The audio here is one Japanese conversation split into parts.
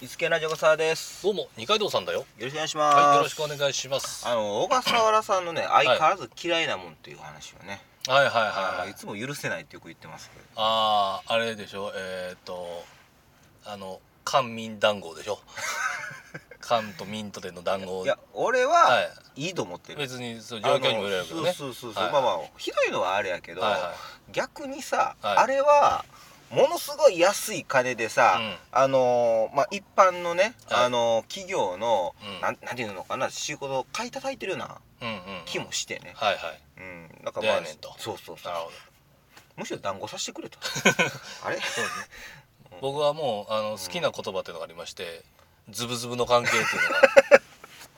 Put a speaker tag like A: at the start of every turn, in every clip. A: いつけなじょこさわです。よ
B: どうも二階堂さんだよ。
A: ろしくお願いします。
B: はい、よろしくお願いします。は
A: あの小笠原さんのね、相変わらず嫌いなもんっていう話をね、
B: いはいはい
A: あ
B: は
A: のい
B: い。
A: つも許せないってよく言ってますけど。
B: ああ、あれでしょ。えっ、とあの官民談合でしょ。官と民とでの談合。
A: いや、俺
B: は
A: は、
B: い。
A: い、いと思ってる。
B: 別にそう状況にもよるやけどね。
A: あのそうそうそうそう、
B: はい
A: まあまあひどいのはあれやけど、
B: はいはい
A: 逆にさ、
B: はい
A: あれはものすごい安い金でさ、
B: うん
A: あのーまあ一般のね、
B: はい
A: あのー企業の、
B: うん
A: なんなんていうのかな仕事を買い叩いてるような
B: うんうん。
A: 気もしてね、
B: はいはい。
A: うん、なんかまあ
B: どうやねんと
A: そうそうそ
B: な
A: う
B: るほど。
A: むしろ団子させてく れとあれ
B: そうですね。僕はもうあの好きな言葉というのがありまして、ズブズブの関係というのが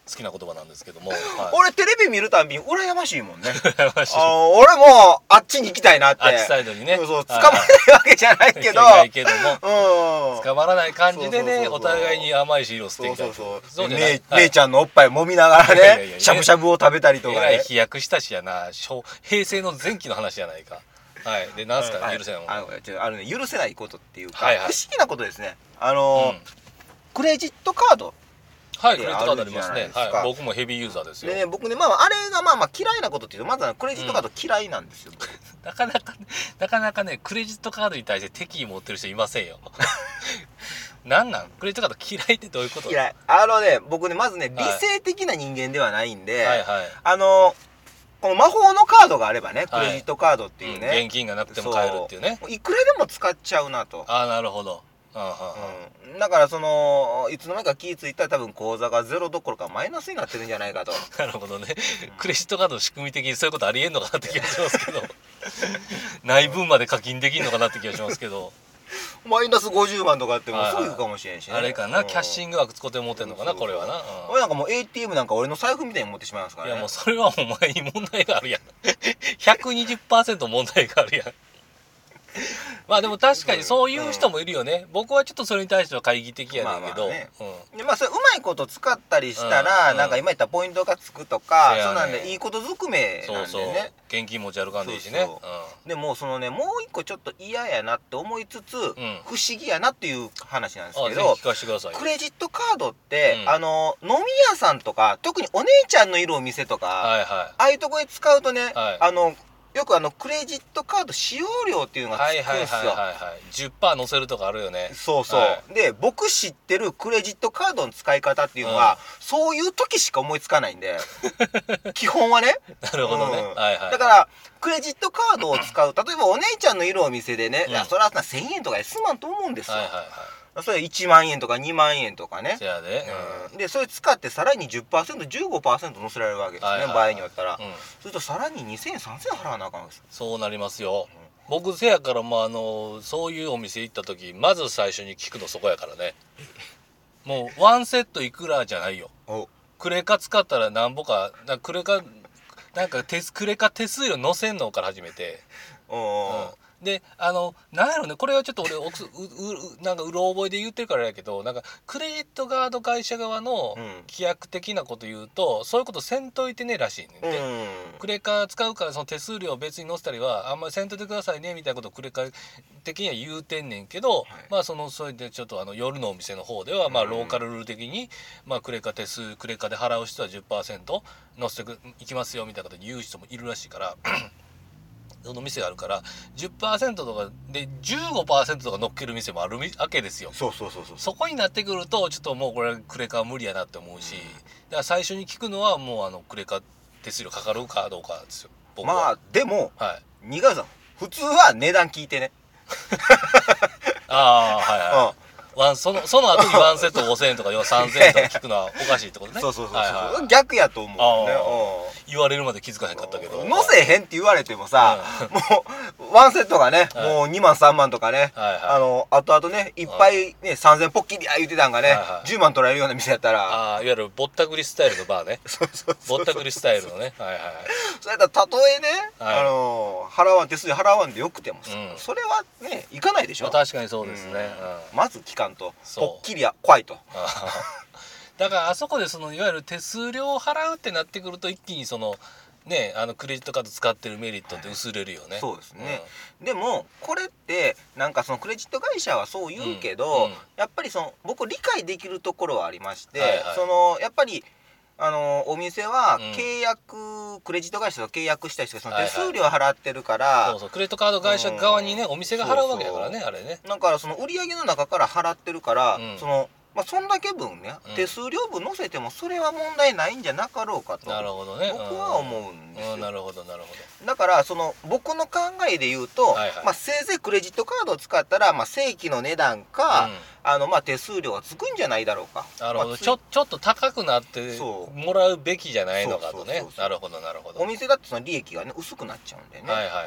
B: 好きな言葉なんですけども。はい、
A: 俺テレビ見るたんび羨ましいも んね
B: 羨ましい
A: あの俺もあっちに行きたいなって
B: あっちサイドにね。
A: そうそう捕ま
B: は
A: ら
B: い
A: ないわけじゃ ないけど、
B: はいけども。
A: うん
B: 捕まらない感じで
A: そうそう
B: ね
A: そうそう
B: お互いに甘い汁を吸って
A: そ
B: いうきた
A: そ
B: いう
A: そう
B: じゃない
A: 姉
B: はい
A: 姉ちゃんのおっぱい揉みなが
B: いやい
A: ら
B: やいやい
A: ね
B: や
A: しゃぶしゃぶを食べたりと
B: え
A: から
B: い
A: ね
B: 飛躍したしやな昭平成の前期の話じゃないかはいでなんすか、
A: はい
B: 許せないもん
A: あの違うあのね許せないことっていうか、
B: はいはい
A: 不思議なことですねあ
B: う
A: の、
B: ん
A: クレジットカード
B: はいクレジットカードあります
A: あるじ
B: ね
A: ゃないですか
B: はい僕もヘビーユーザーですよ、
A: でね僕ねまああれがまあまあ嫌いなことっていうとまずはクレジットカード嫌いなんですよ、
B: なかなかなかなかねクレジットカードに対して敵意持ってる人いませんよ なんなんクレジットカード嫌いってどういうこと
A: 嫌いあのね僕ねまずね理
B: はい
A: 性的な人間ではないんで、
B: はいはい、
A: あのこの魔法のカードがあればねクレジットカードっていうね、
B: うん現金がなくても買えるっていうね
A: そういくらでも使っちゃうなと
B: ああなるほどうんうんうん
A: うんだからそのいつの間にか気ぃ付いたら多分口座がゼロどころかマイナスになってるんじゃないか と
B: なるほどね、クレジットカードの仕組み的にそういうことありえんのかなって気がしますけど ない分まで課金できんのかなって気がします けど
A: マイナス50万とかあってもう
B: はい
A: す
B: はい
A: ぐ行くかもしれんしね
B: あれかなキャッシ
A: ン
B: ング枠使って持ってんのかな
A: そうそ
B: こ
A: う
B: れはな、
A: 俺なんかもう ATM なんか俺の財布みたいに持ってしまいますか
B: うんい
A: ら
B: や
A: ね
B: もうそれはお前に問題があるやん120%問題があるやん まあでも 確かにそういう人もいるよね、僕はちょっとそれに対しては懐疑的やねんけど、
A: まあまあね
B: うん
A: でまあそれうまいこと使ったりしたら、
B: うん
A: なんか今言ったポイントがつくとか、
B: せや
A: そ
B: ね
A: うなんでいいことずくめ
B: そ
A: な
B: うんそう
A: でね
B: 現金持ち歩かんでいいしね
A: そうでもうそのねもう一個ちょっと嫌やなって思いつつ、不思議やなっていう話なんです
B: うん、あ
A: け
B: ぜ
A: ど
B: ひ聞かせてくださいよ
A: クレジットカードって、
B: うん
A: あの飲み屋さんとか特にお姉ちゃんのいるお店とか、
B: はいは
A: ああいうとこで使うとね、
B: はい
A: あのよくあのクレジットカード使用料っていうの
B: い
A: が
B: は
A: つ
B: い
A: くん
B: はいはい
A: ですよ、
B: はいはい10%乗せるとかあるよね
A: そうそう、
B: は
A: で僕知ってるクレジットカードの使い方っていうのは、
B: うん
A: そういう時しか思いつかないん で基本はね
B: なるほどね、
A: うん
B: はいはい
A: だからクレジットカードを使う例えばお姉ちゃんのいるお店でね、
B: うん
A: いやそれはな1000円とかで済まんと思うんですよ、
B: はいはいは
A: それ1万円とか2万円とかね
B: い。せやで。
A: うんでそれ使ってさらに 10%15% 乗せられるわけですね、
B: はいはいはい
A: 場合によったら、
B: うん。うん
A: するとさらに2000円3000円払わなあかんわけです
B: そうなりますよ。僕せやからまああのそういうお店行った時まず最初に聞くのそこやからね。もうワンセットいくらじゃないよ。
A: お
B: クレカ使ったらなんぼかなクレカなんか手すクレカ手数料乗せんのから始めて。
A: お
B: うんであのなんやろねこれはちょっと俺おくすうううなんかうろ覚えで言ってるからやけどなんかクレジットカード会社側の
A: うん
B: 規約的なこと言うと、そういうことせんといてねらしいねん
A: う
B: て、
A: ん、
B: クレカ使うからその手数料別に載せたりはあんまりせんといてくださいねみたいなことをクレカ的には言うてんねんけど、まあそのそれでちょっとあの夜のお店の方ではまあ
A: うん
B: ローカルルール的に、まあ、クレカ手数クレカで払う人は10%載せてくいきますよみたいなこと言う人もいるらしいから その店があるから10%とかで15%とか乗っける店もあるみわけですよ。
A: そうそうそうそう
B: そこになってくるとちょっともうこれクレカは無理やなって思うし、だから最初に聞くのはもうあのクレカ手数料かかるかどうかですよ僕は
A: まあでも
B: あはい
A: 苦川さん普通は値段聞いてね、
B: ああはいはい、
A: うん
B: ワンそのその後にワンセット5000円とか要は3000円とか聞くのはおかしいってことね
A: そうそうそうそう、
B: はいはいはい
A: 逆やと思うよね
B: あ
A: うん
B: 言われるまで気づかへんかったけど
A: 乗せへんって言われてもさ、もうワンセットがね、
B: はい
A: もう2万3万とかね、
B: はいはい
A: あの後々ねいっぱいね、3000ポッキリや言うてたんがね、
B: はいはい
A: 10万取られるような店やったら
B: ああいわゆるぼったくりスタイルのバーね
A: そうそう
B: ぼ
A: そう
B: ったくりスタイルのねはいはいはい
A: それだったらたとえね、
B: はい
A: あの払わん手数料払わんでよくてもさ、
B: うん
A: それはね行かないでし
B: ま
A: ょ
B: あ、確かにそうですね、うん
A: うんまず聞かんと
B: そう
A: ポッキリや怖いと
B: あ ーだからあそこでそのいわゆる手数料を払うってなってくると一気にそのねあのクレジットカード使ってるメリットって薄れるよね、
A: そうですね、でもこれってなんかそのクレジット会社はそう言うけど、
B: うんうん
A: やっぱりその僕理解できるところはありまして、
B: はいはい
A: そのやっぱりあのお店は
B: うん
A: 契約、クレジット会社と契約したりしてその
B: はい
A: 手
B: はい
A: 数料払ってるから、
B: そうそうクレジットカード会社側にね、
A: うん
B: お店が払うわけだからねあれね
A: だからその売り上げの中から払ってるから、
B: うん
A: そのまあそんだけ分ね、
B: うん
A: 手数料分乗せてもそれは問題ないんじゃなかろうかと
B: なるほどね
A: 僕は思うんですよ、
B: うんなるほどなるほ
A: だからその僕の考えで言うと、
B: はいはい
A: まあ、せいぜいクレジットカードを使ったら、まあ、正規の値段
B: ど、
A: か、
B: うん
A: あのまあ手数料がつくんじゃないだろうか。
B: なるほ
A: ま
B: ど
A: あつ
B: ちょちょっと高くなって
A: そう
B: もらうべきじゃないのか
A: そ
B: とね
A: うそうそうそう
B: なるほどなるほど
A: お店だってその利益がね薄くなっちゃうんでね、
B: はいはいはい
A: うん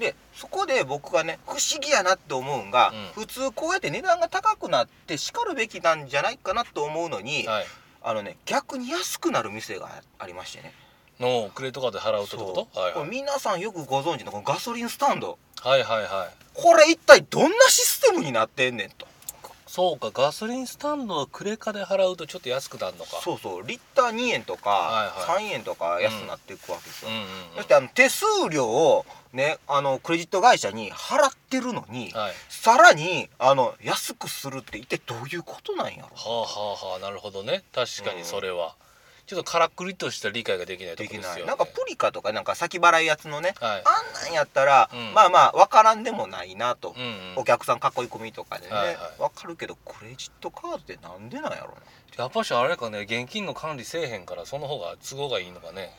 A: でそこで僕がね不思議やなって思うんが、
B: う
A: 普通こうやって値段が高くなってしかるべきなんじゃないかなと思うのに、
B: はい
A: あのね逆に安くなる店がありましてね
B: のクレジットカードで払うとってこ
A: そう
B: とはい
A: こ
B: は
A: れ
B: い
A: 皆さんよくご存知のこのガソリンスタンド
B: はいはいはい
A: これ一体どんなシステムになってんねんと
B: そうかガソリンスタンドはクレカで払うとちょっと安くなるのか
A: そうそうリッター2円とか
B: はいは
A: 3円とか安くなっていくわけですよ、
B: うんうん
A: そしてあの手数料をねあのクレジット会社に払ってるのに、
B: うんはい
A: さらにあの安くするって一体どういうことなんやろ
B: はあはあはあなるほどね確かにそれは、ちょっとからくりとした理解ができないと
A: で
B: こ
A: き
B: ろです
A: ない、
B: よ、ね、
A: なんかプリカとかなんか先払いやつのね、
B: はい
A: あんなんやったら、
B: うん
A: まあまあ分からんでもないなと、
B: うんうん
A: お客さん囲い込みとかでね、わ
B: はいはい
A: 分かるけどクレジットカードってなんでなんやろ
B: やっぱしあれかね現金の管理せえへんからその方が都合がいいのかね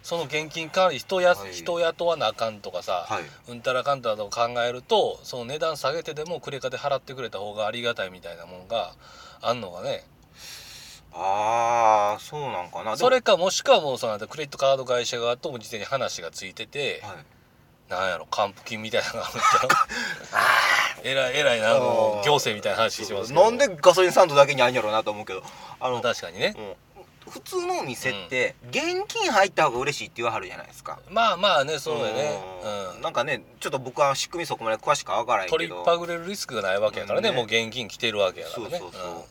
B: その現金管理人や、
A: はい
B: 人雇わなあかんとかさ、
A: はい
B: うんたらかんたらと考えるとその値段下げてでもクレカで払ってくれた方がありがたいみたいなもんがあんのがね
A: ああそうなんかなでも
B: それかもしくはもうそのクレジットカード会社側とも事前に話がついてて、
A: はい
B: なんやろ還付金みたいなのがあるんち ゃうえらいえらいなもう行政みたいな話してますけど
A: なんでガソリンスタンドだけにあるんやろうなと思うけどあの
B: 確かにね
A: うん普通のお店って現金入った方が嬉しいって言わはるじゃないですか
B: まあまあねそうだよねうん
A: なんかねちょっと僕は仕組みそこまで詳しくは分からへん
B: 取
A: け
B: り
A: ど
B: っぱぐれるリスクがないわけやからね
A: うんね
B: もう現金来てるわけやか
A: そ
B: ら
A: う
B: ね
A: そうそう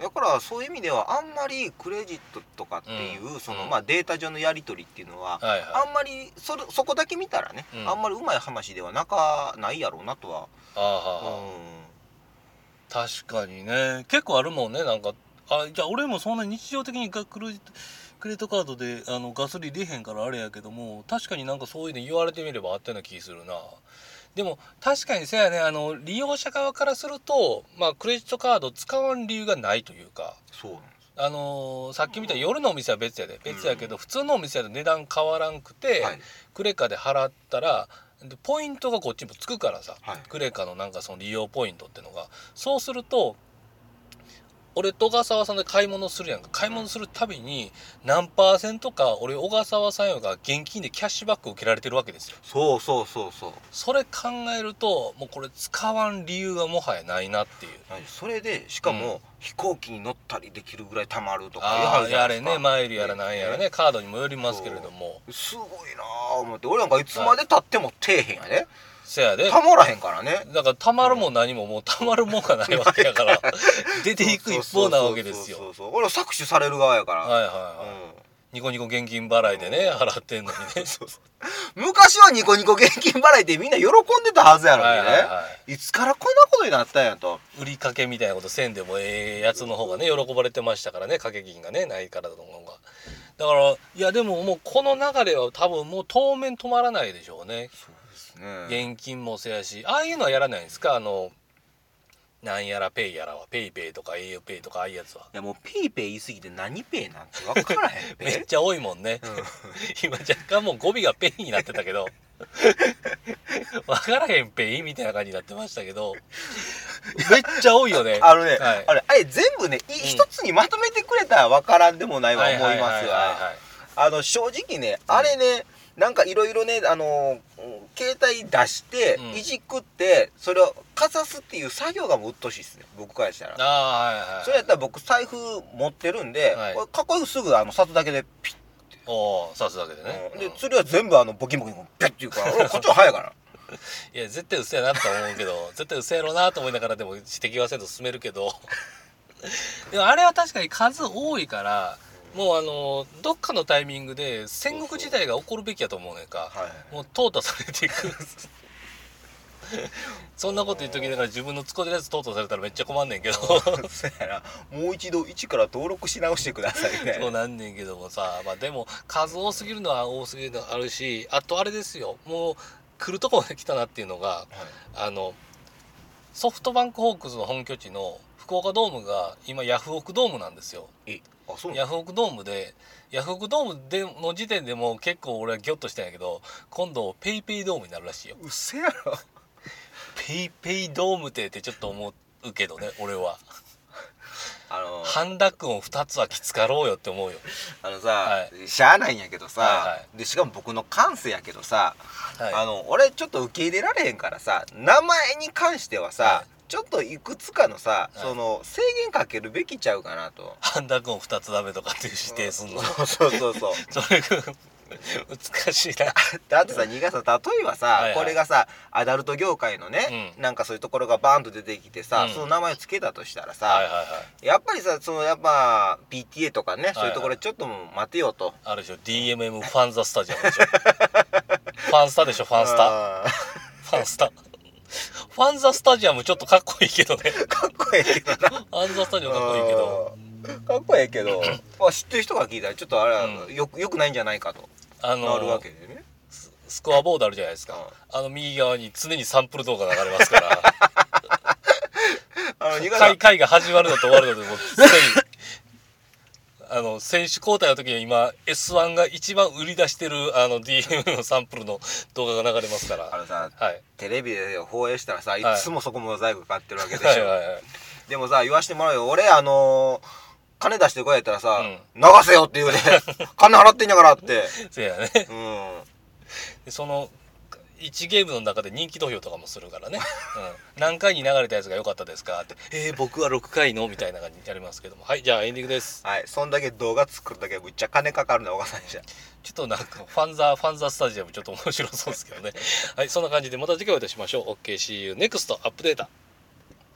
A: だからそういう意味ではあんまりクレジットとかっていう、
B: うん
A: そうの
B: ん
A: まあデータ上のやり取りっていうのは、
B: うんはいはい
A: あんまりそれそこだけ見たらね、
B: うん
A: あんまりうまい話ではなかないやろうなとは、
B: ああはあ確かにね結構あるもんねなんかあじゃあ俺もそんな日常的にがクレジクレジットカードであのガソリン出へんからあれやけども確かになんかそういうの言われてみればあったような気するなでも確かにせやねあの利用者側からするとまあクレジットカード使わん理由がないというか
A: そうなんで
B: あのーさっきみたいに夜のお店は別やで別やけど、普通のお店やと値段変わらんくて、
A: すはい
B: クレカで払ったらでポイントがこっちもつくからさ、
A: はい
B: クレカのなんかその利用ポイントってのがそうすると俺と小笠原さんで買い物するやんか買い物するたびに何パーセントか俺小笠原さんよりが現金でキャッシュバックを受けられてるわけですよ
A: そうそうそうそう
B: それ考えるともうこれ使わん理由がもはやないなっていう
A: 何それでしかも、
B: うん
A: 飛行機に乗ったりできるぐらい貯まるとか言わは
B: あ
A: る
B: あ
A: じゃ
B: や
A: ないで
B: れ
A: すか
B: ねマイルやらなんやらねカードにもよりますけれども
A: すごいなあ思って俺なんかいつまでたっても底辺やね
B: せやで
A: たまらへんからね
B: だからたまるも何ももうたまるもんがないわけやから 出ていく一方なわけです
A: そうそう
B: よ
A: そうそう俺は搾取される側やから、
B: はいはいはい、ニコニコ現金払いでね払ってんのにね
A: うん、昔はニコニコ現金払いでみんな喜んでたは ずやの
B: はい
A: にね、
B: はい
A: い
B: は
A: つからこんなことになったんやと
B: い売りかけみたいなことせんでもええやつの方がね喜ばれてましたからね掛け金がねないからだと思うがだからいやでももうこの流れは多分もう当面止まらないでしょうね
A: そうですね
B: 現金もせやしああいうのはやらないんですかあのなんやらペイやらはペイペイとか au ペイとかああいうやつはい
A: やもうペイペイ言い過ぎて何ペイなんて分からへん
B: めっ
A: ペ
B: ちゃ多いもんね、 今若干もう語尾がペイになってた けどわからへんペイみたいな感じになってましたけどめっちゃ多いよね
A: あのね、
B: はい
A: あれあれ全部ねい一、つにまとめてくれたら分からんでもないは思いますが、
B: はいはいはいはい
A: あの正直ねあれね、なんかいろいろねあのうん携帯出して、
B: うん
A: いじくってそれをかざすっていう作業がもう鬱陶しいですね僕からしたら。
B: ああはいはい
A: それやったら僕財布持ってるんで、
B: はい
A: これかっこよくすぐあの札だけでピッ、
B: おお刺すだけでね、
A: うんで
B: うん
A: 釣りは全部あのボキンボキンピッっていうから 俺こっちは早いから
B: いや絶対うせやなと思 うけど絶対うせやろなと思いながらでも指摘はせんと進めるけどでもあれは確かに数多いからもうあのどっかのタイミングで戦国時代が起こるべきやと思うねんか
A: はい
B: もう淘汰されていく そんなこと言っときながら自分の使ってるやつ淘汰されたらめっちゃ困んねんけど
A: そやなもう一度一から登録し直してくださいね
B: そうなんねんけどもさまあでも数多すぎるのは多すぎるのはあるしあとあれですよもう来るとこまで来たなっていうのがあのソフトバンクホークスの本拠地の福岡ドームが今ヤフオクドームなんですよ
A: えあそうな
B: ヤフオクドームでヤフオクドームでの時点でもう結構俺はギョッとしたんやけど今度ペイペイドームになるらしいよ
A: うっせやろ
B: ペイペイドームってってちょっと思うけどね俺は
A: あの
B: 半濁音2つはきつかろうよって思うよ
A: あのさ、しゃあないんやけどさ、
B: はいは
A: でしかも僕の感性やけどさ、
B: はい
A: あの俺ちょっと受け入れられへんからさ名前に関してはさ、
B: は
A: ちょっといくつかのさ、
B: い
A: その制限かけるべきちゃうかなと
B: 半濁音2つダメとかっていう指定すんの
A: そうそうそうそう
B: それが難しいな
A: だってさ苦さ例えばさ、
B: はいはい
A: これがさアダルト業界のね、なんかそういうところがバーンと出てきてさ、
B: うん
A: その名前を付けたとしたらさ、
B: はいはいはい
A: やっぱりさそのやっぱ PTA とかね、そういうとこ
B: は
A: ろ
B: い
A: ちょっともう待てよと。
B: あるでしょ DMM ファンザスタジアムでしょファンスタでしょファンスタ
A: あー
B: ファンスタ。ファンザスタジアムちょっとかっこいいけどね。
A: かっこええけどな。
B: ファンザスタジアムかっこいいけど。
A: うんかっこええけ どまあ知ってる人が聞いたらちょっとあれは
B: うん
A: よくよくないんじゃないかと
B: あ
A: なるわ
B: の
A: け、でね
B: ススコアボードあるじゃないですか。あの右側に常にサンプル動画流れますから。
A: あの苦さ
B: 会会が始まるのと終わるのでもう 常に。あの選手交代の時には今 S1 が一番売り出してるあの DM のサンプルの動画が流れますから
A: あ
B: は
A: のさ
B: い
A: テレビで放映したらさいつもそこも在庫買ってるわけでしょ、
B: はいはいはい
A: でもさ言わしてもらうよ俺あのー金出してこいやったらさ、
B: う
A: 流せよって言うで 金払ってんやからって
B: せやね
A: うん
B: でその1ゲームの中で人気投票とかもするか らね、うん、何回に流れたやつが良かったですかって「えー、僕は6回の」みたいな感じにやりますけどもはいじゃあエンディングです
A: はいそんだけ動画作るだけむっちゃ金かかるのおかさんじゃ
B: ちょっとなんかファンザーファンザースタジアムちょっと面白そうですけどねはいそんな感じでまた次回お会いいたしましょう OKCU NEXT アップデータ